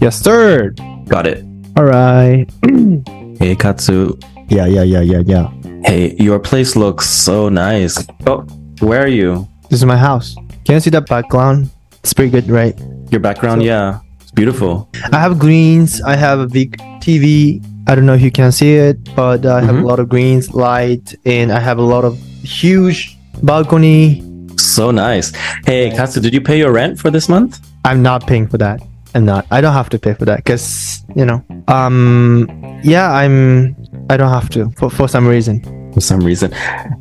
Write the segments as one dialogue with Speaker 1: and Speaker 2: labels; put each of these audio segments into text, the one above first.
Speaker 1: Yes, sir.
Speaker 2: Got it.
Speaker 1: All right.
Speaker 2: Hey, Katsu.
Speaker 3: Yeah, yeah, yeah, yeah, yeah.
Speaker 2: Hey, your place looks so nice. Oh, where are you?
Speaker 1: This is my house. Can you see that background? It's pretty good, right?
Speaker 2: Your background, yeah. It's beautiful.
Speaker 1: I have greens. I have a big TV. I don't know if you can see it, but I have a
Speaker 2: Mhm.
Speaker 3: Mm-hmm.
Speaker 1: lot of greens, light, and I have a lot of huge balcony.
Speaker 2: So nice. Hey, Katsu, did you pay your rent for this month?
Speaker 1: I'm not paying for that. I'm not. I don't have to pay for that because you know. Um. Yeah, I'm. I don't have to for for some reason.
Speaker 2: For some reason.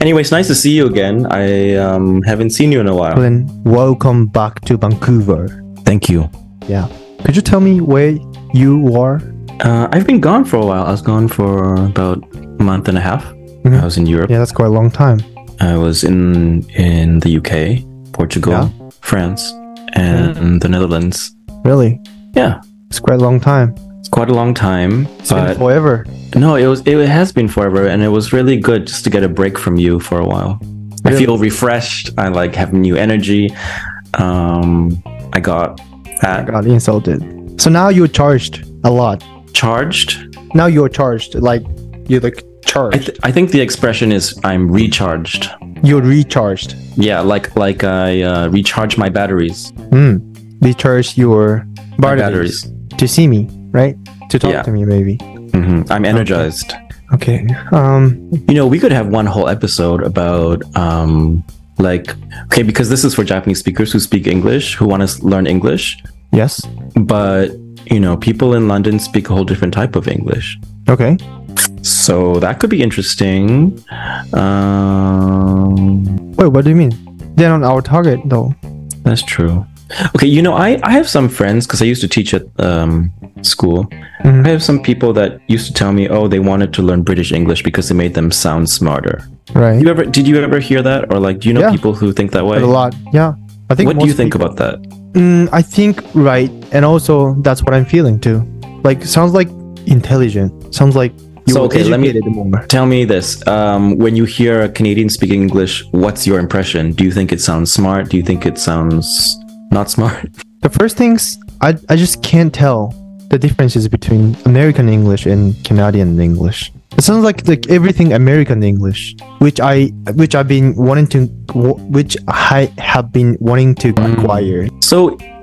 Speaker 2: Anyway, it's nice to see you again. I um, haven't seen you in a while.
Speaker 1: Then welcome back to Vancouver.
Speaker 2: Thank you.
Speaker 1: Yeah. Could you tell me where you were?
Speaker 2: Uh, I've been gone for a while. I was gone for about a month and a half.
Speaker 1: Mhm.
Speaker 2: I was in Europe.
Speaker 1: Yeah, that's quite a long time.
Speaker 2: I was in in the UK, Portugal, France, and
Speaker 1: Mm.
Speaker 2: the Netherlands.
Speaker 1: Really,
Speaker 2: Yeah,
Speaker 1: it's quite a long time.
Speaker 2: it's quite a long time,
Speaker 1: It's
Speaker 2: but
Speaker 1: been forever.
Speaker 2: no, it was it has been forever, and it was really good just to get a break from you for a while. I
Speaker 1: Really?
Speaker 2: feel refreshed. I like have new energy. Um, I got
Speaker 1: I
Speaker 2: fat
Speaker 1: got insulted. So now you're charged a lot.
Speaker 2: charged.
Speaker 1: Now you're charged. Like you're like
Speaker 2: I,
Speaker 1: charged.
Speaker 2: th- I think the expression is I'm recharged.
Speaker 1: you're recharged.
Speaker 2: Yeah, like like I uh, recharge my batteries.
Speaker 1: Hmm. Recharge your
Speaker 2: My
Speaker 1: batteries to see me, right? To talk
Speaker 2: Yeah.
Speaker 1: to me, maybe.
Speaker 2: hmm I'm energized.
Speaker 1: Okay. Um.
Speaker 2: You know, we could have one whole episode about um like okay because this is for Japanese speakers who speak English who want to learn English,
Speaker 1: Yes.
Speaker 2: but you know, people in London speak a whole different type of English.
Speaker 1: Okay.
Speaker 2: So that could be interesting. Um,
Speaker 1: Wait. What do you mean? They're not our target, though.
Speaker 2: that's true. Okay, you know, I, I have some friends because I used to teach at um, school.
Speaker 1: Mhm.
Speaker 2: I have some people that used to tell me, oh, they wanted to learn British English because it made them sound smarter.
Speaker 1: Right.
Speaker 2: You ever did you ever hear that, or like, do you know
Speaker 1: Yeah.
Speaker 2: people who think that way?
Speaker 1: a lot. Yeah. I think.
Speaker 2: What do you
Speaker 1: most
Speaker 2: think
Speaker 1: people-
Speaker 2: about that?
Speaker 1: Mm, I think right, and also that's what I'm feeling too. Like sounds like intelligent. Sounds like you
Speaker 2: So,
Speaker 1: were
Speaker 2: okay, let me-
Speaker 1: educated more.
Speaker 2: Tell me this: um, when you hear a Canadian speaking English, what's your impression? Do you think it sounds smart? Do you think it sounds not smart?
Speaker 1: The first things I I just can't tell the differences between American English and Canadian English. It sounds like like everything American English, which I which I've been wanting to which I have been wanting to
Speaker 2: Mm.
Speaker 1: acquire.
Speaker 2: So,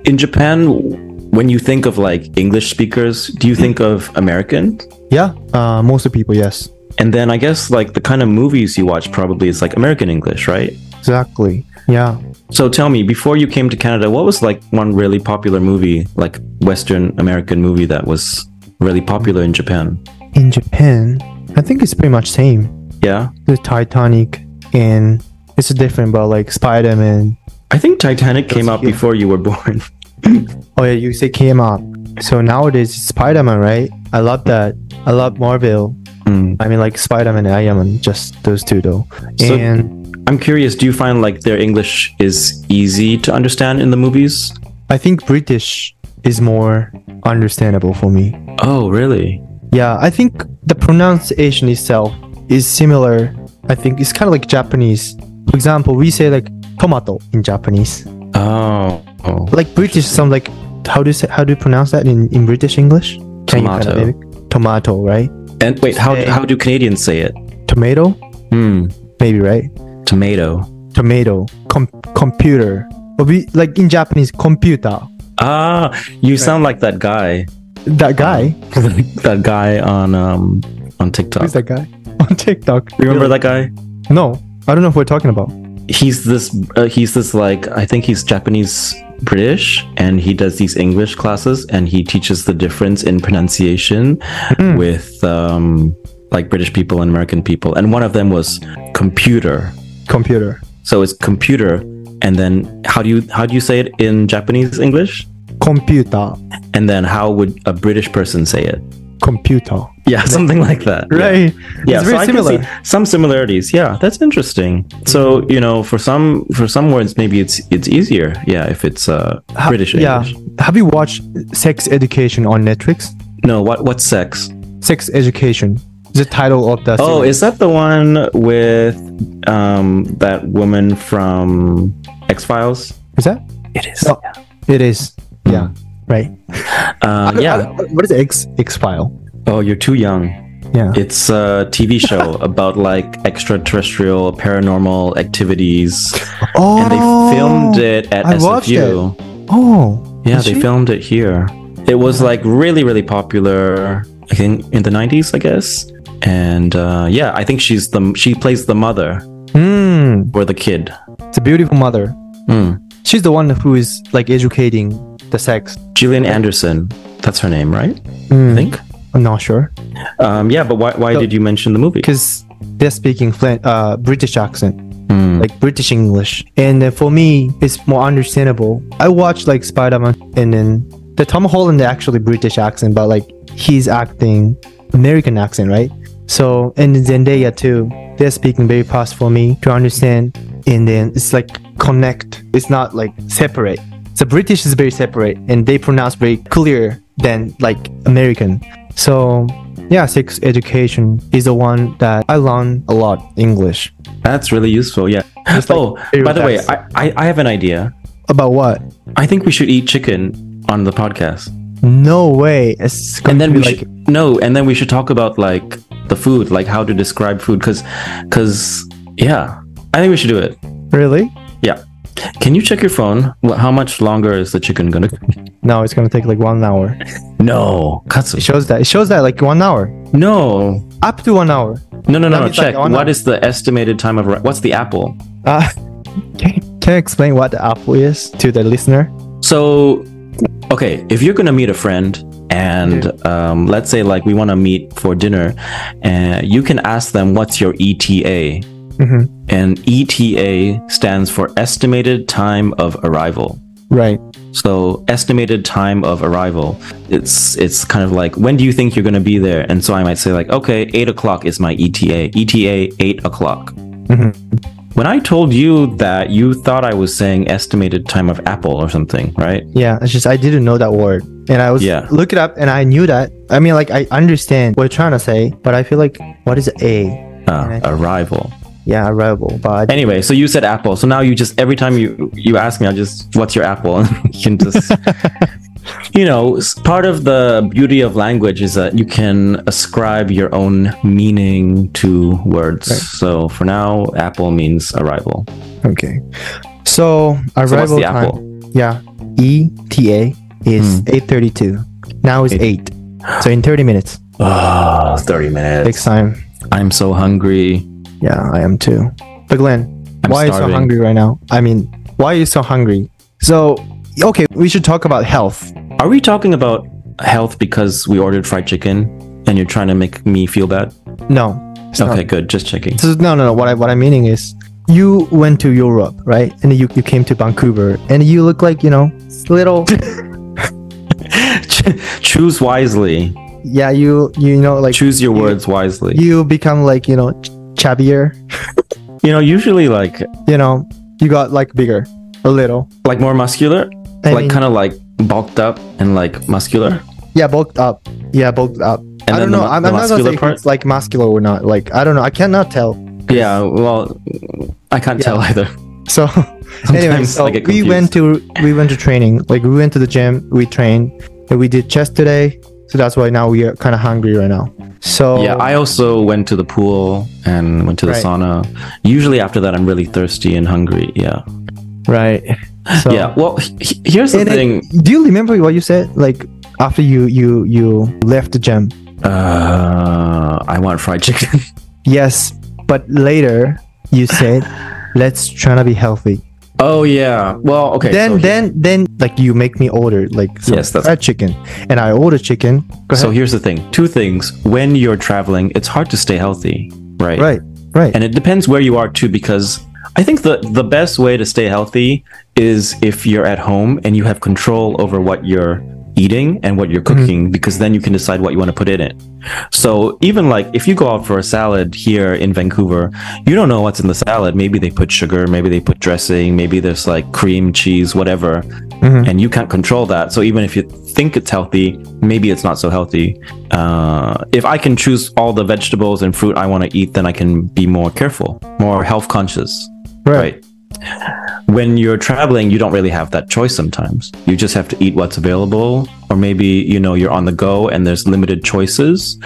Speaker 2: in Japan, when you think of like English speakers, do you think of American?
Speaker 1: Yeah, uh, most of people, yes,
Speaker 2: And then I guess like the kind of movies you watch probably is like American English, right?
Speaker 1: exactly. Yeah.
Speaker 2: So tell me, before you came to Canada, what was like one really popular movie, like Western American movie that was really popular in Japan?
Speaker 1: In Japan, I think it's pretty much same.
Speaker 2: Yeah.
Speaker 1: the Titanic and it's different, but like Spider Man.
Speaker 2: I think Titanic came
Speaker 1: Those
Speaker 2: out
Speaker 1: few-
Speaker 2: before you were born.
Speaker 1: Oh yeah, you say came up. So nowadays it's Spider Man, right? I love that. I love Marvel.
Speaker 2: Mm.
Speaker 1: I mean like Spider Man and Iron Man, just those two though.
Speaker 2: So-
Speaker 1: and
Speaker 2: I'm curious, do you find like their English is easy to understand in the movies?
Speaker 1: I think British is more understandable for me.
Speaker 2: Oh, really?
Speaker 1: Yeah, I think the pronunciation itself is similar. I think it's kind of like Japanese. For example, we say like tomato in Japanese.
Speaker 2: Oh. oh.
Speaker 1: Like British sound like how do you say, how do you pronounce that in, in British English? Can you kind of
Speaker 2: Tomato.
Speaker 1: mimic? Tomato, right?
Speaker 2: And wait, how,
Speaker 1: Say-
Speaker 2: how do Canadians say it?
Speaker 1: Tomato,
Speaker 2: Hmm.
Speaker 1: maybe right?
Speaker 2: Tomato.
Speaker 1: Tomato, com- computer. But we like in Japanese, computer.
Speaker 2: Ah, you sound like that guy. Uh,
Speaker 1: That guy.
Speaker 2: that guy on um on TikTok.
Speaker 1: Who's that guy on TikTok?
Speaker 2: Remember that guy?
Speaker 1: No, I don't know what we're talking about.
Speaker 2: he's this uh, he's this like i think he's japanese british and he does these english classes and he teaches the difference in pronunciation with um like british people and american people and one of them was computer
Speaker 1: Computer,
Speaker 2: so it's computer and then how do you how do you say it in japanese english
Speaker 1: computer,
Speaker 2: and then how would a british person say it
Speaker 1: computer.
Speaker 2: yeah something like that Yeah.
Speaker 1: Right.
Speaker 2: yeah,
Speaker 1: it's
Speaker 2: so
Speaker 1: very
Speaker 2: I can
Speaker 1: similar.
Speaker 2: see some similarities. Yeah, that's interesting. So you know, for some for some words, maybe it's it's easier. Yeah, if it's uh,
Speaker 1: Ha-
Speaker 2: British
Speaker 1: yeah.
Speaker 2: English.
Speaker 1: Have you watched Sex Education on Netflix?
Speaker 2: No, what what's sex?
Speaker 1: Sex Education. The title of the
Speaker 2: Oh,
Speaker 1: series.
Speaker 2: is that the one with um that woman from Uh, X Files?
Speaker 1: is that?
Speaker 2: It is.
Speaker 1: No. It is. Yeah. Right.
Speaker 2: Uh,
Speaker 1: Oh, I-
Speaker 2: yeah.
Speaker 1: I- what is X X file?
Speaker 2: Oh, you're too young.
Speaker 1: Yeah.
Speaker 2: It's a TV show about like extraterrestrial paranormal activities,
Speaker 1: Oh.
Speaker 2: and they filmed it at
Speaker 1: I watched
Speaker 2: SFU.
Speaker 1: Oh.
Speaker 2: Yeah,
Speaker 1: Did
Speaker 2: they
Speaker 1: she?
Speaker 2: filmed it here. It was like really, really popular. I think in the '90s, I guess. And uh, yeah, I think she's the she plays the mother
Speaker 1: Hmm.
Speaker 2: or the kid.
Speaker 1: It's a beautiful mother.
Speaker 2: Mm.
Speaker 1: She's the one who is like educating the sex.
Speaker 2: Gillian Anderson, that's her name, right? I
Speaker 1: Hmm,
Speaker 2: think.
Speaker 1: I'm not sure
Speaker 2: Um, yeah, but why, why
Speaker 1: So-
Speaker 2: did you mention the movie?
Speaker 1: because they're speaking Flint, uh, British accent.
Speaker 2: Mm.
Speaker 1: like British English. And uh, for me, it's more understandable. I watched like Spider Man, and then the Tom Holland actually British accent, but like he's acting American accent, right? So and Zendaya too. They're speaking very fast for me to understand, and then it's like connect. It's not like separate. So British is very separate, and they pronounce very clear than like American. So yeah, sex education is the one that I learned a lot English.
Speaker 2: That's really useful. Yeah.
Speaker 1: Just, like,
Speaker 2: oh,
Speaker 1: very
Speaker 2: by the way,
Speaker 1: relaxed.
Speaker 2: I, I, I have an idea.
Speaker 1: About what?
Speaker 2: I think we should eat chicken on the podcast,
Speaker 1: No way. It's going
Speaker 2: and then
Speaker 1: to
Speaker 2: we
Speaker 1: be like
Speaker 2: should no, and then we should talk about like the food, like how to describe food, because, because yeah, I think we should do it.
Speaker 1: really?
Speaker 2: Yeah. Can you check your phone? Wh- How much longer is the chicken gonna?
Speaker 1: No, it's gonna take like one hour.
Speaker 2: No,
Speaker 1: It
Speaker 2: katsu.
Speaker 1: shows that. It shows that like one hour,
Speaker 2: No,
Speaker 1: up to one hour.
Speaker 2: no, no, no,
Speaker 1: That
Speaker 2: no.
Speaker 1: means, like,
Speaker 2: Check.
Speaker 1: on
Speaker 2: What
Speaker 1: a-
Speaker 2: is the estimated time of? ri- What's the apple?
Speaker 1: Uh, can can I explain what the apple is to the listener?
Speaker 2: So, okay, if you're gonna meet a friend and um, let's say like we want to meet for dinner, uh, you can ask them what's your ETA,
Speaker 1: Mm-hmm.
Speaker 2: and ETA stands for estimated time of arrival.
Speaker 1: Right.
Speaker 2: So estimated time of arrival. It's it's kind of like when do you think you're gonna be there? And so I might say like, okay, eight o'clock is my E ETA. ETA eight o'clock. When I told you that, you thought I was saying estimated time of apple or something, right?
Speaker 1: Yeah. It's just I didn't know that word, and I was
Speaker 2: Yeah.
Speaker 1: look it up, and I knew that. I mean, like I understand what you're trying to say, but I feel like what is a?
Speaker 2: Uh,
Speaker 1: Right.
Speaker 2: arrival.
Speaker 1: Yeah, arrival. But
Speaker 2: Anyway, so you said apple. So now you just every time you you ask me, I just what's your apple? And you can just you know s- part of the beauty of language is that you can ascribe your own meaning to words. So for now, apple means arrival.
Speaker 1: okay. So
Speaker 2: So
Speaker 1: arrival
Speaker 2: what's the
Speaker 1: time.
Speaker 2: apple?
Speaker 1: Yeah. ETA is 8:32. Now is 8. So in 30 minutes.
Speaker 2: Oh, 30 minutes.
Speaker 1: Next time.
Speaker 2: I'm so hungry.
Speaker 1: Yeah, I am too. But Glenn,
Speaker 2: I'm
Speaker 1: why are you
Speaker 2: starving.
Speaker 1: so hungry right now? I mean, why are you so hungry? So, okay, we should talk about health.
Speaker 2: Are we talking about health because we ordered fried chicken and you're trying to make me feel bad?
Speaker 1: No. it's not.
Speaker 2: Okay, good. Just checking.
Speaker 1: So, no, no, no. What I what I'm meaning is you went to Europe, right? And you, you came to Vancouver and you look like, you know, little
Speaker 2: Choose wisely.
Speaker 1: yeah, you you know like
Speaker 2: Choose your
Speaker 1: you-
Speaker 2: words wisely.
Speaker 1: you become like, you know, ch- chubbier,
Speaker 2: You know, usually like
Speaker 1: you know, you got like bigger a little.
Speaker 2: like more muscular,
Speaker 1: I
Speaker 2: like
Speaker 1: mean-
Speaker 2: kind of like bulked up and like muscular.
Speaker 1: Yeah, bulked up. Yeah, bulked up. I don't
Speaker 2: then the
Speaker 1: know.
Speaker 2: mu-
Speaker 1: I'm,
Speaker 2: the
Speaker 1: I'm not gonna
Speaker 2: muscular
Speaker 1: say
Speaker 2: part?
Speaker 1: if it's like muscular or not. Like I don't know. I cannot tell.
Speaker 2: Yeah, well, I can't tell either.
Speaker 1: So anyway,
Speaker 2: Sometimes
Speaker 1: so
Speaker 2: I get
Speaker 1: we went to we went to training. Like we went to the gym. We trained. And we did chest today. So that's why now we are kind of hungry right now. So
Speaker 2: Yeah, I also went to the pool and went to the
Speaker 1: Oh. Right.
Speaker 2: sauna. Usually after that, I'm really thirsty and hungry. Yeah,
Speaker 1: right. So
Speaker 2: yeah. Well, he- he- here's the
Speaker 1: Oh. And
Speaker 2: thing.
Speaker 1: then, do you remember what you said? Like after you you you left the gym.
Speaker 2: Uh, I want fried chicken.
Speaker 1: Yes, but later you said, "Let's try to be healthy."
Speaker 2: oh yeah. Well, okay.
Speaker 1: then
Speaker 2: so he-
Speaker 1: then then like you make me order like some
Speaker 2: Yes, that's-
Speaker 1: fried chicken and i order chicken
Speaker 2: so here's the thing. Two things. When you're traveling, it's hard to stay healthy, right?
Speaker 1: right right
Speaker 2: and it depends where you are too because i think the the best way to stay healthy is if you're at home and you have control over what you're eating and what you're cooking because then you can decide what you want to put in it so even like if you go out for a salad here in vancouver you don't know what's in the salad maybe they put sugar maybe they put dressing maybe there's like cream cheese whatever and you can't control that so even if you think it's healthy maybe it's not so healthy uh, if i can choose all the vegetables and fruit i want to eat then i can be more careful more health conscious
Speaker 1: right
Speaker 2: right when you're traveling, you don't really have that choice sometimes. You just have to eat what's available, or maybe, you know, you're on the go and there's limited choices.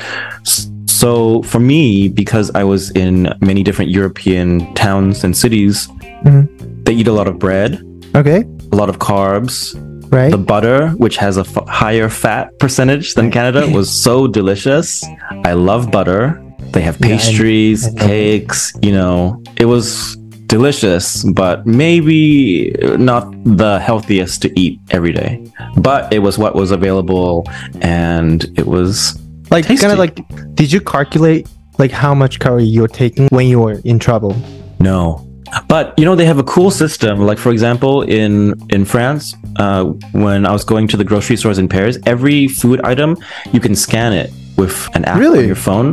Speaker 2: S- So for me, because I was in many different European towns and cities,
Speaker 1: Mhm.
Speaker 2: they eat a lot of bread,
Speaker 1: Okay.
Speaker 2: a lot of carbs.
Speaker 1: Right.
Speaker 2: The butter, which has a f- higher fat percentage than Canada, was so delicious. I love butter. They have
Speaker 1: Yeah, I-
Speaker 2: pastries,
Speaker 1: I know.
Speaker 2: cakes, you know, it was delicious, but maybe not the healthiest to eat every day. But it was what was available and it was
Speaker 1: like
Speaker 2: tasty.
Speaker 1: kind of like did you calculate like how much calorie you're taking when you're in trouble?
Speaker 2: No. But you know they have a cool system. Like for example, in in France, uh, when I was going to the grocery stores in Paris, every food item you can scan it with an app
Speaker 1: Really?
Speaker 2: on your phone.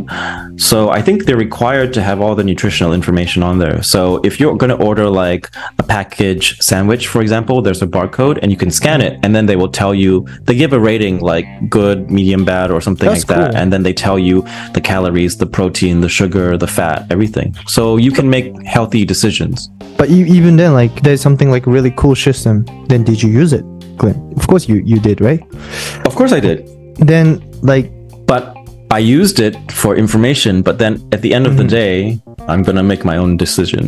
Speaker 2: So I think they're required to have all the nutritional information on there. So if you're going to order like a package sandwich, for example, there's a barcode and you can scan it, and then they will tell you. They give a rating like good, medium, bad, or something
Speaker 1: That's
Speaker 2: like that,
Speaker 1: cool.
Speaker 2: and then they tell you the calories, the protein, the sugar, the fat, everything. So you can make healthy decisions.
Speaker 1: But you, even then, like there's something like really cool system. Then did you use it, Glenn? Of course you you did, right?
Speaker 2: Of course, I did,
Speaker 1: Then like
Speaker 2: but I used it for information. But then at the end of the
Speaker 1: Mm-hmm.
Speaker 2: day, I'm gonna make my own decision.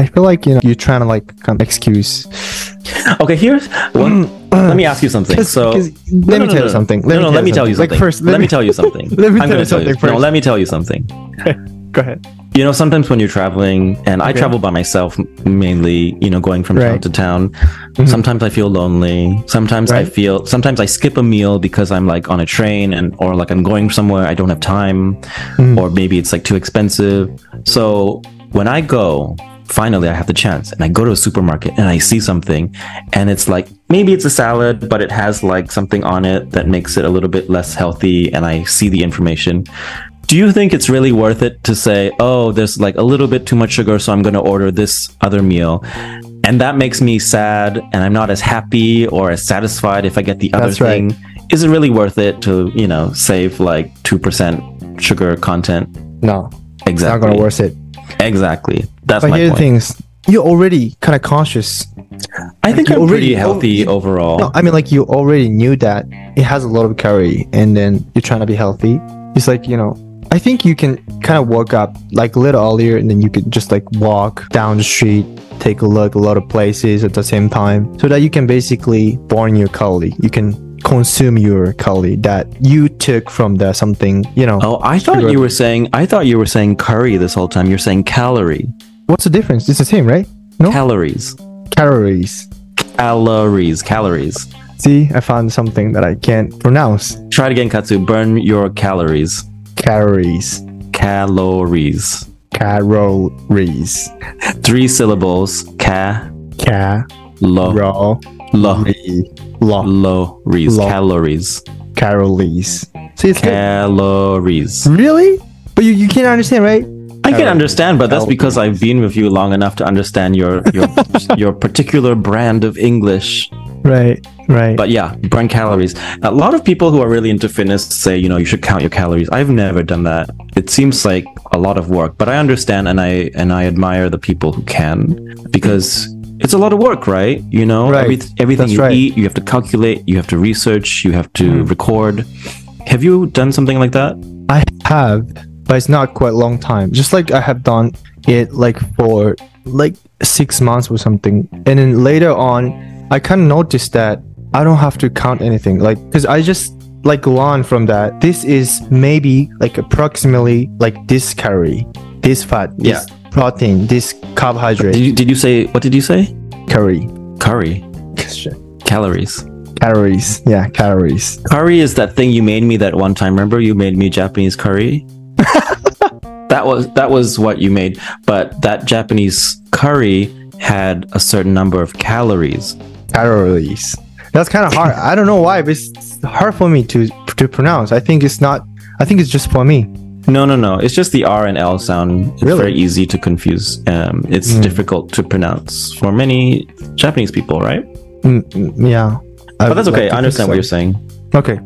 Speaker 1: I feel like you know you're trying to like kind of excuse.
Speaker 2: Okay, here's one. let me ask you something.
Speaker 1: 'Cause-
Speaker 2: so
Speaker 1: 'cause-
Speaker 2: No,
Speaker 1: Mm. let me
Speaker 2: no, no,
Speaker 1: tell
Speaker 2: no.
Speaker 1: you something.
Speaker 2: no, no, let me tell you something.
Speaker 1: Like first,
Speaker 2: let, me tell you something.
Speaker 1: Let me tell you
Speaker 2: I'm gonna tell you.
Speaker 1: something
Speaker 2: No,
Speaker 1: first.
Speaker 2: let me tell you something.
Speaker 1: Go ahead.
Speaker 2: you know sometimes when you're traveling and i
Speaker 1: Okay.
Speaker 2: travel by myself m- mainly you know going from town
Speaker 1: Right.
Speaker 2: to town sometimes i feel lonely sometimes i
Speaker 1: Right.
Speaker 2: feel sometimes i skip a meal because i'm like on a train and or like i'm going somewhere i don't have time or maybe it's like too expensive so when i go finally i have the chance and i go to a supermarket and i see something and it's like maybe it's a salad but it has like something on it that makes it a little bit less healthy and i see the information do you think it's really worth it to say, oh, there's like a little bit too much sugar, so I'm going to order this other meal? And that makes me sad and I'm not as happy or as satisfied if I get the other
Speaker 1: That's right.
Speaker 2: thing. Is it really worth it to, you know, save like 2% sugar content?
Speaker 1: No, it's not
Speaker 2: Exactly.
Speaker 1: gonna worth it.
Speaker 2: Exactly. That's
Speaker 1: But
Speaker 2: my
Speaker 1: here
Speaker 2: point.
Speaker 1: the things you're already kind of conscious.
Speaker 2: I think
Speaker 1: You
Speaker 2: I'm
Speaker 1: already-
Speaker 2: pretty healthy overall.
Speaker 1: No, I mean like you already knew that it has a lot of calorie, and then you're trying to be healthy. It's like you know. I think you can kind of walk up like a little earlier, and then you can just like walk down the street, take a look a lot of places at the same time, so that you can basically burn your calorie. You can consume your calorie that you took from the something. You know,
Speaker 2: Oh, I thought
Speaker 1: Sugar.
Speaker 2: you were saying I thought you were saying curry this whole time. You're saying calorie,
Speaker 1: what's the difference? It's the same, right? No
Speaker 2: calories,
Speaker 1: calories.
Speaker 2: calories, calories.
Speaker 1: See, I found something that I can't pronounce.
Speaker 2: Try it again, Katsu. Burn your calories.
Speaker 1: Calories,
Speaker 2: Calories.
Speaker 1: calories,
Speaker 2: Three syllables. Ca
Speaker 1: calories.
Speaker 2: lo lo
Speaker 1: Lo-
Speaker 2: lories.
Speaker 1: Lo.
Speaker 2: Calories.
Speaker 1: Carolies. See, it's good.
Speaker 2: Calories.
Speaker 1: really, but you, you can't understand, right?
Speaker 2: I can
Speaker 1: Calories.
Speaker 2: understand, but that's because I've been with you long enough to understand your your your particular brand of English.
Speaker 1: Right, right.
Speaker 2: But yeah, burn calories. A lot of people who are really into fitness say, you know, you should count your calories. I've never done that. It seems like a lot of work, but I understand and I and I admire the people who can because it's a lot of work, right? You know,
Speaker 1: Right.
Speaker 2: everyth- everything
Speaker 1: That's
Speaker 2: you
Speaker 1: right. Hmm.
Speaker 2: eat, you have to calculate, you have to research, you have to record. Have you done something like that?
Speaker 1: I have, but it's not quite a long time. Just like I have done it like for like six months or something. And then later on, I kind of noticed that I don't have to count anything. Like, because I just like learn from that. This is maybe like approximately like this calorie, this fat, this protein, this
Speaker 2: Did
Speaker 1: carbohydrate,
Speaker 2: you, did you say what did you say?
Speaker 1: curry,
Speaker 2: Curry, calories.
Speaker 1: calories. Yeah, calories.
Speaker 2: Curry is that thing you made me that one time. Remember, you made me Japanese curry. that was that was what you made, but that Japanese curry had a certain number of calories.
Speaker 1: calories. That's kind of hard. I don't know why, but it's hard for me to to pronounce. I think it's not. I think it's just for me.
Speaker 2: No, no, no. It's just the R and L sound. It's
Speaker 1: Really? Hmm.
Speaker 2: very easy to confuse. Um, it's difficult to pronounce for many Japanese people, right?
Speaker 1: Mm, mm, yeah. I
Speaker 2: But that's
Speaker 1: would
Speaker 2: okay.
Speaker 1: like to
Speaker 2: I understand what you're
Speaker 1: think
Speaker 2: saying.
Speaker 1: so. Okay.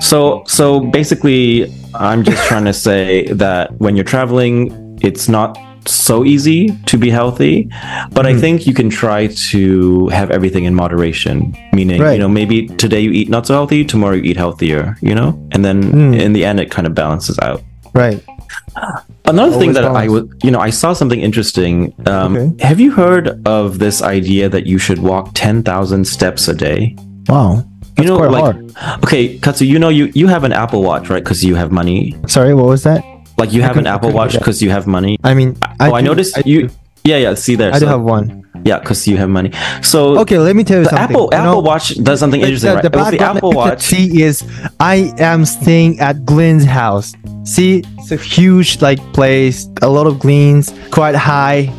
Speaker 2: So so basically I'm just trying to say that when you're traveling it's not so easy to be healthy, but
Speaker 1: Hmm.
Speaker 2: I think you can try to have everything in moderation. Meaning,
Speaker 1: Right.
Speaker 2: you know, maybe today you eat not so healthy, tomorrow you eat healthier, you know? And then
Speaker 1: Mm.
Speaker 2: in the end it kind of balances out.
Speaker 1: Right.
Speaker 2: Another thing
Speaker 1: Always
Speaker 2: that I
Speaker 1: balance.
Speaker 2: was, you know, I saw something interesting. Um,
Speaker 1: Okay.
Speaker 2: Have you heard of this idea that you should walk 10,000 steps a day?
Speaker 1: Wow.
Speaker 2: You know,
Speaker 1: quite
Speaker 2: like,
Speaker 1: hard.
Speaker 2: okay, Katsu, you know, you, you have an Apple Watch, right? Because you have money.
Speaker 1: Sorry, what was that?
Speaker 2: Like, you have an
Speaker 1: couldn't- I
Speaker 2: Apple
Speaker 1: couldn't
Speaker 2: Watch
Speaker 1: hear that.
Speaker 2: because you have money.
Speaker 1: I mean, I
Speaker 2: oh, I
Speaker 1: do-
Speaker 2: noticed
Speaker 1: I,
Speaker 2: you. Yeah, yeah, see there.
Speaker 1: I do
Speaker 2: so-
Speaker 1: have one.
Speaker 2: Yeah, because you have money. So,
Speaker 1: Okay, let me tell you
Speaker 2: the
Speaker 1: something.
Speaker 2: Apple,
Speaker 1: You know,
Speaker 2: Apple Watch does something
Speaker 1: the-
Speaker 2: interesting,
Speaker 1: the,
Speaker 2: right?
Speaker 1: the
Speaker 2: It was the
Speaker 1: background
Speaker 2: Apple
Speaker 1: that you can
Speaker 2: Watch.
Speaker 1: see is I am staying at Glenn's house. See, it's a huge like place, a lot of greens, quite high.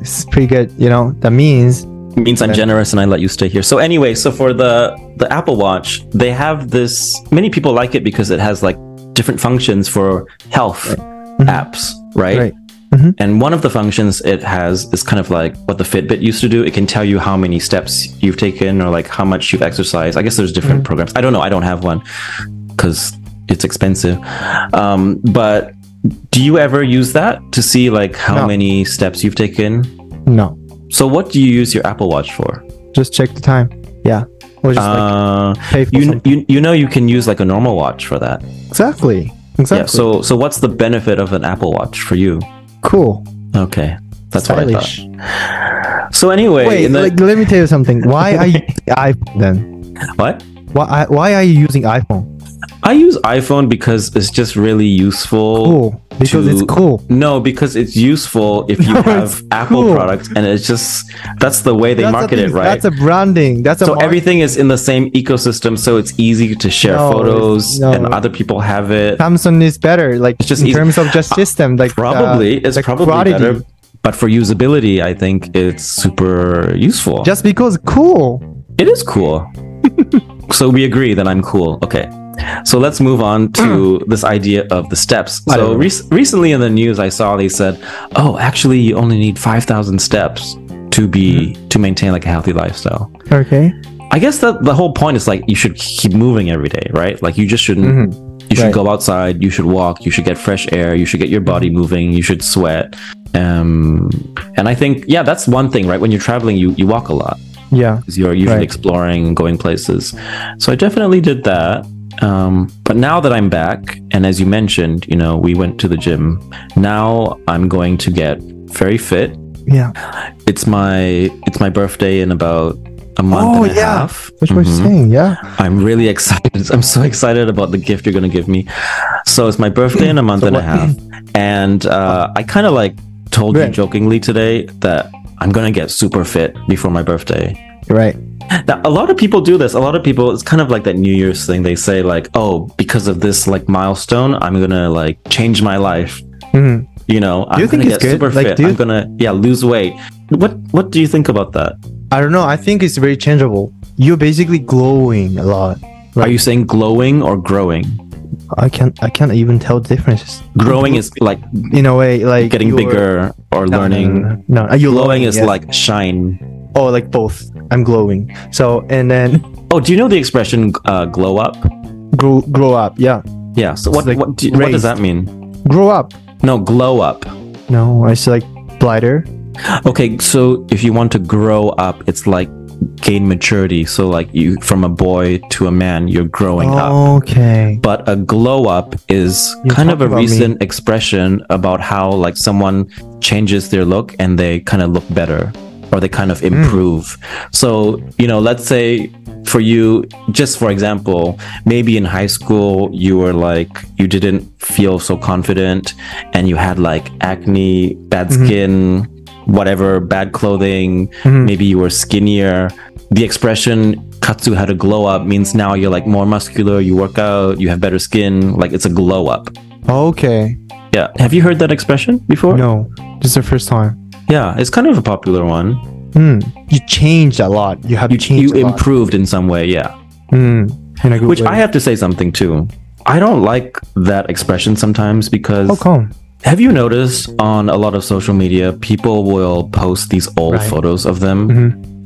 Speaker 1: It's pretty good, you know. That means
Speaker 2: means I'm generous and I let you stay here. So anyway, so for the the Apple Watch, they have this. Many people like it because it has like different functions for health apps, right?
Speaker 1: Right.
Speaker 2: And one of the functions it has is kind of like what the Fitbit used to do. It can tell you how many steps you've taken or like how much you've exercised. I guess there's different
Speaker 1: Mm-hmm.
Speaker 2: programs. I don't know. I don't have one because it's expensive. Um, but do you ever use that to see like how
Speaker 1: No.
Speaker 2: many steps you've taken?
Speaker 1: no,
Speaker 2: So what do you use your Apple Watch for?
Speaker 1: just check the time. Yeah, or just like
Speaker 2: Uh,
Speaker 1: pay for
Speaker 2: you,
Speaker 1: something.
Speaker 2: you you know you can use like a normal watch for that.
Speaker 1: Exactly.
Speaker 2: Yeah.
Speaker 1: Exactly.
Speaker 2: So so what's the benefit of an Apple Watch for you?
Speaker 1: cool.
Speaker 2: Okay, that's
Speaker 1: Stylish.
Speaker 2: what I thought. So anyway,
Speaker 1: Wait,
Speaker 2: and then-
Speaker 1: like, let me tell you something. Why are you using iPhone then?
Speaker 2: what?
Speaker 1: Why why are you using iPhone?
Speaker 2: I use iPhone because it's just really useful.
Speaker 1: Cool, Oh, because it's
Speaker 2: to-
Speaker 1: cool.
Speaker 2: No, because it's useful if you
Speaker 1: No, it's
Speaker 2: have Apple
Speaker 1: cool.
Speaker 2: products, and it's just that's the way they
Speaker 1: That's the
Speaker 2: market it,
Speaker 1: thing,
Speaker 2: right?
Speaker 1: That's a branding. That's a
Speaker 2: so
Speaker 1: marketing.
Speaker 2: everything is in the same ecosystem, so it's easy to share
Speaker 1: No, it's-
Speaker 2: photos,
Speaker 1: no.
Speaker 2: and other people have it.
Speaker 1: Samsung is better, like
Speaker 2: just
Speaker 1: in
Speaker 2: easy- Uh,
Speaker 1: terms of just system, like
Speaker 2: probably
Speaker 1: uh,
Speaker 2: it's
Speaker 1: like
Speaker 2: probably
Speaker 1: quality.
Speaker 2: better but for usability i think it's super useful
Speaker 1: Just because cool.
Speaker 2: it is cool so we agree that i'm cool okay so let's move on to this idea of the steps
Speaker 1: Hmm. I don't
Speaker 2: so
Speaker 1: know.
Speaker 2: rec- recently in the news i saw they said oh actually you only need 5000 steps to be
Speaker 1: Hmm.
Speaker 2: to maintain like a healthy lifestyle
Speaker 1: Okay.
Speaker 2: I guess that the whole point is like you should keep moving every day, right? Like you just shouldn't. You should
Speaker 1: Mm-hmm. Right. Mm-hmm.
Speaker 2: go outside. You should walk. You should get fresh air. You should get your body moving. You should sweat. Um, and I think yeah, that's one thing, right? When you're traveling, you you walk a lot
Speaker 1: Yeah.
Speaker 2: because you're usually
Speaker 1: Right.
Speaker 2: exploring, going places. So I definitely did that. Um, but now that I'm back, and as you mentioned, you know, we went to the gym. Now I'm going to get very fit.
Speaker 1: Yeah.
Speaker 2: It's my it's my birthday in about a month
Speaker 1: Oh,
Speaker 2: and a
Speaker 1: yeah.
Speaker 2: half.
Speaker 1: Which we're
Speaker 2: Mhm.
Speaker 1: saying, yeah.
Speaker 2: I'm really excited. I'm so excited about the gift you're going to give me. So it's my birthday in a month and a
Speaker 1: what-
Speaker 2: half. And uh, I kind of like told you
Speaker 1: Right.
Speaker 2: jokingly today that I'm going to get super fit before my birthday.
Speaker 1: Right.
Speaker 2: Now, a lot of people do this. A lot of people, it's kind of like that New Year's thing. They say, like, oh, because of this like milestone, I'm going to like change my life.
Speaker 1: Mhm.
Speaker 2: You know, I'm
Speaker 1: you think
Speaker 2: gonna
Speaker 1: it's
Speaker 2: get
Speaker 1: good?
Speaker 2: super
Speaker 1: Like,
Speaker 2: fit.
Speaker 1: do you-
Speaker 2: I'm gonna yeah lose weight. What what do you think about that?
Speaker 1: I don't know. I think it's very changeable. You're basically glowing a lot.
Speaker 2: Are you saying glowing or growing?
Speaker 1: I can't. I can't even tell the differences.
Speaker 2: Growing is like
Speaker 1: In a way, like
Speaker 2: getting
Speaker 1: you're-
Speaker 2: bigger or
Speaker 1: No, no,
Speaker 2: learning.
Speaker 1: No, no, no. Are you
Speaker 2: glowing is
Speaker 1: uh, yes.
Speaker 2: like shine.
Speaker 1: oh, like both. I'm glowing. So and then
Speaker 2: Oh, do you know the expression uh, "glow up"?
Speaker 1: grow grow up. Yeah,
Speaker 2: Yeah. So
Speaker 1: It's
Speaker 2: what
Speaker 1: like
Speaker 2: what, do, what
Speaker 1: raised.
Speaker 2: does that mean?
Speaker 1: grow up.
Speaker 2: No, glow up.
Speaker 1: No, it's like blighter.
Speaker 2: Okay, so if you want to grow up, it's like gain maturity. So like you from a boy to a man, you're growing
Speaker 1: Oh.
Speaker 2: up.
Speaker 1: Okay.
Speaker 2: But a glow up is
Speaker 1: You
Speaker 2: kind of a
Speaker 1: talk about me.
Speaker 2: recent expression about how like someone changes their look and they kind of look better or they kind of improve. So, you know, let's say for you, just for example, maybe in high school you were like, you didn't feel so confident and you had like acne, bad skin, whatever, bad clothing. Maybe you were skinnier. The expression katsu had a glow up means now you're like more muscular, you work out, you have better skin. Like it's a glow up.
Speaker 1: Okay.
Speaker 2: Yeah. Have you heard that expression before?
Speaker 1: No, this is the first time.
Speaker 2: Yeah. It's kind of a popular one.
Speaker 1: Hmm. You changed a lot. You have
Speaker 2: You,
Speaker 1: changed
Speaker 2: you
Speaker 1: a
Speaker 2: improved in some way. Yeah.
Speaker 1: lot. Hmm. In a good
Speaker 2: Which
Speaker 1: way.
Speaker 2: I have to say something too. I don't like that expression sometimes because
Speaker 1: How come?
Speaker 2: have you noticed on a lot of social media people will post these old
Speaker 1: Right. Mm-hmm.
Speaker 2: photos of them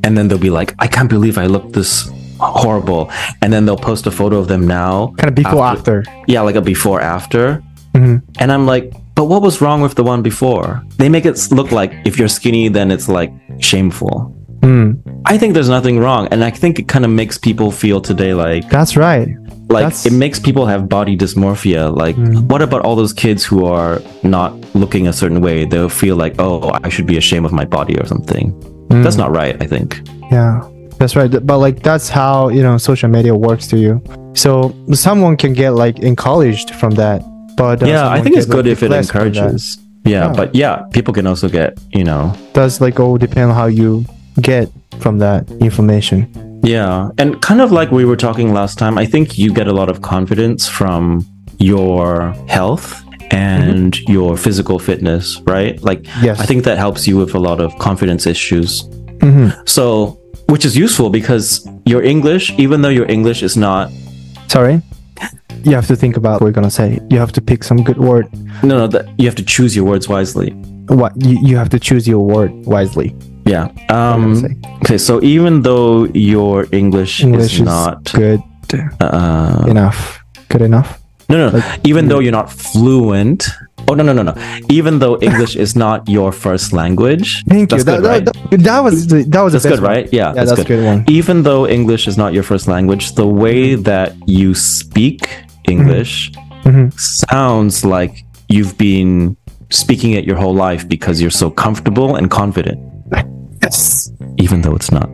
Speaker 2: and then they'll be like, I can't believe I look this horrible. And then they'll post a photo of them now.
Speaker 1: Kind of before after.
Speaker 2: Yeah, like a before after.
Speaker 1: Mhm.
Speaker 2: And I'm like, But what was wrong with the one before? They make it s- look like if you're skinny, then it's like shameful.
Speaker 1: Hmm.
Speaker 2: I think there's nothing wrong, and I think it kind of makes people feel today like
Speaker 1: That's right.
Speaker 2: like
Speaker 1: That's- Mm.
Speaker 2: it makes people have body dysmorphia like what about all those kids who are not looking a certain way they'll feel like oh i should be ashamed of my body or something that's not right i think
Speaker 1: Yeah, Mm. that's right. Th- But like that's how you know social media works to you. So someone can get like encouraged from that. But uh,
Speaker 2: yeah i
Speaker 1: someone
Speaker 2: think it's
Speaker 1: get, like,
Speaker 2: good if it
Speaker 1: depressed from that.
Speaker 2: encourages yeah,
Speaker 1: Yeah.
Speaker 2: but yeah people can also get you know
Speaker 1: Does like all depend on how you get from that information.
Speaker 2: yeah and kind of like we were talking last time i think you get a lot of confidence from your health and your physical fitness right like
Speaker 1: Yes.
Speaker 2: i think that helps you with a lot of confidence issues
Speaker 1: hmm
Speaker 2: So, which is useful because your English, even though your English is not,
Speaker 1: Sorry. You have to think about what you're gonna say. You have to pick some good word.
Speaker 2: no, no, that you have to choose your words wisely.
Speaker 1: What you, you have to choose your word wisely.
Speaker 2: Yeah.
Speaker 1: gonna
Speaker 2: Um,
Speaker 1: say.
Speaker 2: okay. So even though your English,
Speaker 1: English
Speaker 2: is not,
Speaker 1: good
Speaker 2: uh,
Speaker 1: enough. Good enough.
Speaker 2: no, no, no, even
Speaker 1: mm.
Speaker 2: though you're not fluent. Oh no, no, no, no. Even though English is not your first language.
Speaker 1: Thank
Speaker 2: that's
Speaker 1: you. That,
Speaker 2: good, right?
Speaker 1: that, that, that was the, that was
Speaker 2: that's
Speaker 1: the best
Speaker 2: good,
Speaker 1: one.
Speaker 2: right? Yeah,
Speaker 1: Yeah, that's a good one. Mm-hmm.
Speaker 2: even though English is not your first language, the way that you speak English
Speaker 1: Mhm.
Speaker 2: sounds like you've been speaking it your whole life because you're so comfortable and confident,
Speaker 1: Yes.
Speaker 2: even though it's not.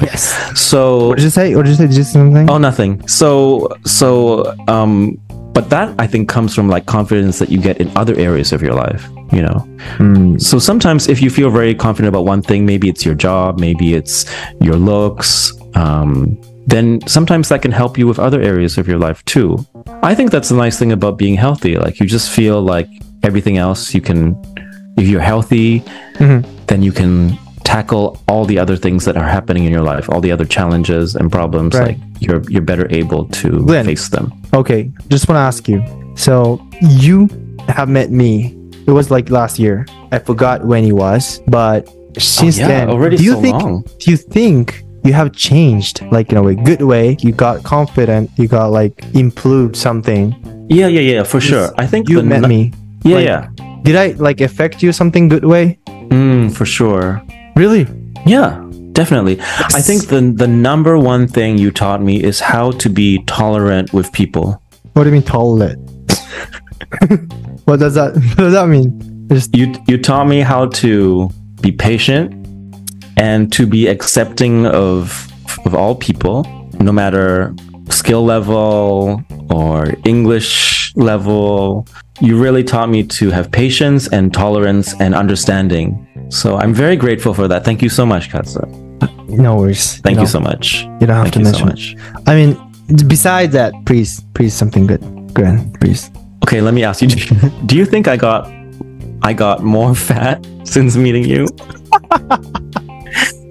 Speaker 1: Yes.
Speaker 2: So,
Speaker 1: What did you say? What did you say? Did you say something?
Speaker 2: oh, nothing. So, so, um, but that I think comes from like confidence that you get in other areas of your life, you know?
Speaker 1: Mm.
Speaker 2: So sometimes if you feel very confident about one thing, maybe it's your job, maybe it's your looks, um, then sometimes that can help you with other areas of your life too. I think that's the nice thing about being healthy. Like you just feel like everything else you can, if you're healthy,
Speaker 1: Mhm.
Speaker 2: then you can tackle all the other things that are happening in your life, all the other challenges and problems.
Speaker 1: Right.
Speaker 2: Like you're you're better able to
Speaker 1: Glenn.
Speaker 2: face them.
Speaker 1: Okay, just want to ask you. So you have met me. It was like last year. I forgot when it was, but since
Speaker 2: Oh, yeah,
Speaker 1: then,
Speaker 2: already
Speaker 1: do you
Speaker 2: so
Speaker 1: think
Speaker 2: long.
Speaker 1: do you think you have changed, like in a way, good way? You got confident. You got like improved something.
Speaker 2: Yeah, yeah, yeah, for sure. I think
Speaker 1: You
Speaker 2: the
Speaker 1: met
Speaker 2: nu-
Speaker 1: me.
Speaker 2: Yeah,
Speaker 1: like-
Speaker 2: yeah,
Speaker 1: Did I like affect you something good way?
Speaker 2: mm, for sure.
Speaker 1: Really?
Speaker 2: Yeah, definitely. I think the the number one thing you taught me is how to be tolerant with people.
Speaker 1: What do you mean tolerant? what does that what does that mean? Just
Speaker 2: You you taught me how to be patient and to be accepting of of all people, no matter skill level or English level. You really taught me to have patience and tolerance and understanding. So I'm very grateful for that. Thank you so much, Katsu.
Speaker 1: no worries.
Speaker 2: Thank
Speaker 1: know,
Speaker 2: you so much.
Speaker 1: You don't have
Speaker 2: Thank
Speaker 1: to
Speaker 2: you
Speaker 1: mention.
Speaker 2: so
Speaker 1: it.
Speaker 2: much.
Speaker 1: I mean, besides that, please, please, something good, Gran, please.
Speaker 2: Okay, let me ask you. Do you think I got I got more fat since meeting you?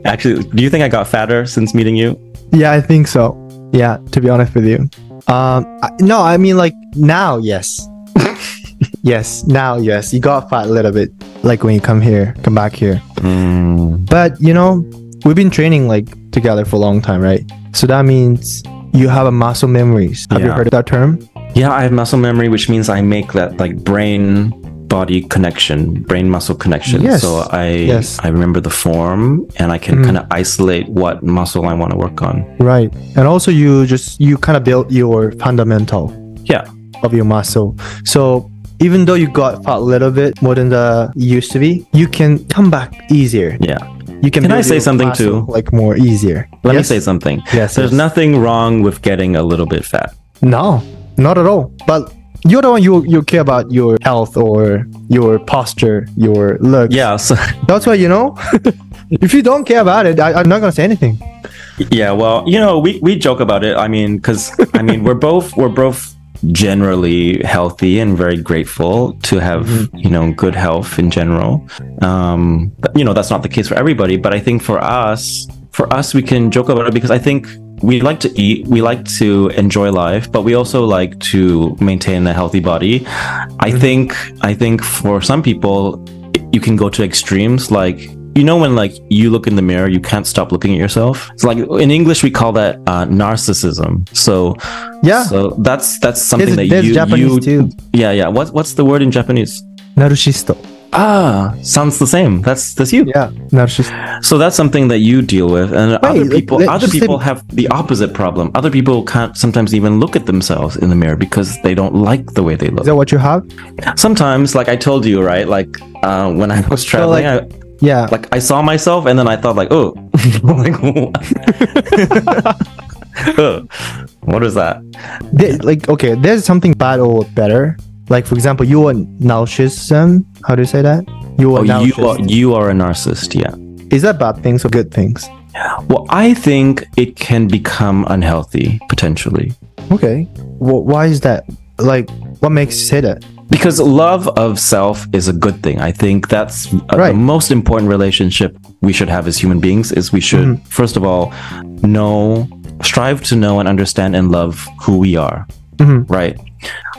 Speaker 2: Actually, do you think I got fatter since meeting you?
Speaker 1: Yeah, I think so. Yeah, to be honest with you. Um, I, no, I mean like now, yes, yes, now, yes. You got fat a little bit, like when you come here, come back here. But you know, we've been training like together for a long time, right? So that means you have a muscle memories. Have you
Speaker 2: Yeah.
Speaker 1: heard of that term?
Speaker 2: Yeah, I have muscle memory, which means I make that like brain body connection, brain muscle connection.
Speaker 1: Yes.
Speaker 2: So I
Speaker 1: Yes. Hmm.
Speaker 2: I remember the form and I can kind of isolate what muscle I want to work on.
Speaker 1: Right. And also, you just you kind of build your fundamental.
Speaker 2: Yeah.
Speaker 1: of your muscle. So even though you got fat a little bit more than the you used to be, you can come back easier.
Speaker 2: Yeah.
Speaker 1: You can.
Speaker 2: Can I
Speaker 1: build
Speaker 2: say
Speaker 1: your
Speaker 2: something
Speaker 1: muscle,
Speaker 2: too?
Speaker 1: Like more easier.
Speaker 2: Let
Speaker 1: Yes?
Speaker 2: me say something.
Speaker 1: Yes,
Speaker 2: There's
Speaker 1: yes.
Speaker 2: nothing wrong with getting a little bit fat.
Speaker 1: No, not at all. But you're the one you you care about your health or your posture, your look.
Speaker 2: Yeah, so
Speaker 1: That's why you know. if you don't care about it, I, I'm not gonna say anything.
Speaker 2: Yeah, well, you know, we, we joke about it. I mean, because I mean, we're both we're both generally healthy and very grateful to have you know good health in general. Um, but, you know, that's not the case for everybody, but I think for us, for us, we can joke about it because I think we like to eat, we like to enjoy life, but we also like to maintain a healthy body. I think I think for some people, you can go to extremes like you know when like you look in the mirror you can't stop looking at yourself it's like in english we call that uh, narcissism so
Speaker 1: Yeah.
Speaker 2: so that's that's something
Speaker 1: there's
Speaker 2: that
Speaker 1: there's
Speaker 2: you
Speaker 1: Japanese
Speaker 2: you
Speaker 1: too.
Speaker 2: yeah yeah what, what's the word in japanese
Speaker 1: Narcissisto.
Speaker 2: Ah, sounds the same. That's that's you.
Speaker 1: Yeah, narcissist.
Speaker 2: So that's something that you deal with, and other
Speaker 1: like,
Speaker 2: people,
Speaker 1: like,
Speaker 2: other
Speaker 1: just say-
Speaker 2: people have the opposite problem. Other people can't sometimes even look at themselves in the mirror because they don't like the way they
Speaker 1: Is
Speaker 2: look.
Speaker 1: that what you have?
Speaker 2: Sometimes, like I told you, right? Like uh, when I was traveling,
Speaker 1: like-
Speaker 2: I,
Speaker 1: Yeah.
Speaker 2: like I saw myself, and then I thought, like, oh, like, what? Ugh, what is that?
Speaker 1: There- like okay, there's something bad or better. Like for example, you are narcissism. How do you say that? You are
Speaker 2: Oh, you
Speaker 1: narcissist.
Speaker 2: are you are a narcissist. Yeah.
Speaker 1: Is that bad things or good things?
Speaker 2: Well, I think it can become unhealthy potentially.
Speaker 1: Okay. Wh- why is that? Like, what makes you say that?
Speaker 2: because love of self is a good thing i think that's uh, the
Speaker 1: Right.
Speaker 2: most important relationship we should have as human beings is we should first of all know strive to know and understand and love who we are right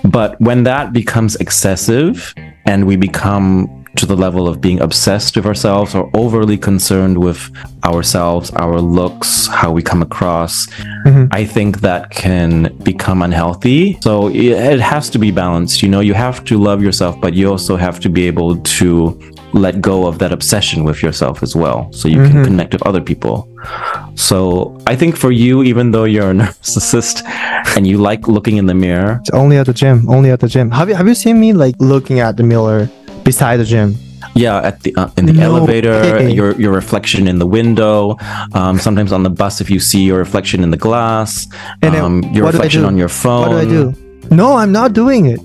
Speaker 2: but when that becomes excessive and we become to the level of being obsessed with ourselves or overly concerned with ourselves, our looks, how we come across, I think that can become unhealthy. So it, it has to be balanced. You know, you have to love yourself, but you also have to be able to let go of that obsession with yourself as well. So you can connect with other people. So I think for you, even though you're a narcissist and you like looking in the mirror,
Speaker 1: It's only at the gym. Only at the gym. Have you have you seen me like looking at the mirror beside the gym?
Speaker 2: Yeah, at the uh, in the
Speaker 1: No
Speaker 2: elevator,
Speaker 1: way.
Speaker 2: your your reflection in the window. Um, sometimes on the bus, if you see your reflection in the glass,
Speaker 1: And then
Speaker 2: um, your
Speaker 1: what do I
Speaker 2: reflection
Speaker 1: do?
Speaker 2: on your phone.
Speaker 1: What do I do? No, I'm not doing it.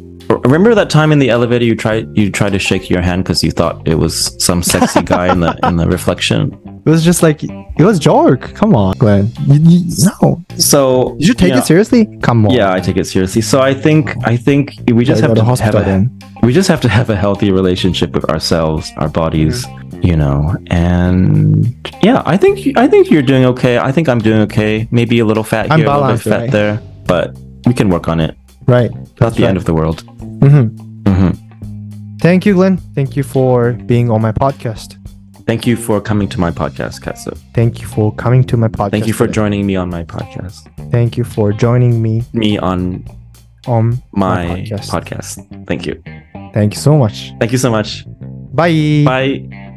Speaker 2: Remember that time in the elevator you tried you tried to shake your hand because you thought it was some sexy guy in the in the reflection.
Speaker 1: It was just like it was joke. Come on, Glenn. You, you, no,
Speaker 2: So
Speaker 1: did you take
Speaker 2: yeah,
Speaker 1: it seriously? Come on.
Speaker 2: Yeah, I take it seriously. So I think I think we
Speaker 1: Gotta
Speaker 2: just have
Speaker 1: go
Speaker 2: to
Speaker 1: to hospital
Speaker 2: have a,
Speaker 1: then.
Speaker 2: we just have to have a healthy relationship with ourselves, our bodies, you know. And yeah, I think I think you're doing okay. I think I'm doing okay. Maybe a little fat
Speaker 1: I'm
Speaker 2: here, a little
Speaker 1: balanced,
Speaker 2: bit fat
Speaker 1: right?
Speaker 2: there, but we can work on it.
Speaker 1: Right.
Speaker 2: Not the end of the world.
Speaker 1: Mm-hmm.
Speaker 2: hmm
Speaker 1: Thank you, Glenn. Thank you for being on my podcast.
Speaker 2: Thank you for coming to my podcast, Katsu.
Speaker 1: Thank you for coming to my podcast.
Speaker 2: Thank you for
Speaker 1: today.
Speaker 2: joining me on my podcast.
Speaker 1: Thank you for joining me
Speaker 2: Me on
Speaker 1: on
Speaker 2: my,
Speaker 1: podcast.
Speaker 2: podcast. Thank you.
Speaker 1: Thank you so much.
Speaker 2: Thank you so much.
Speaker 1: Bye.
Speaker 2: Bye.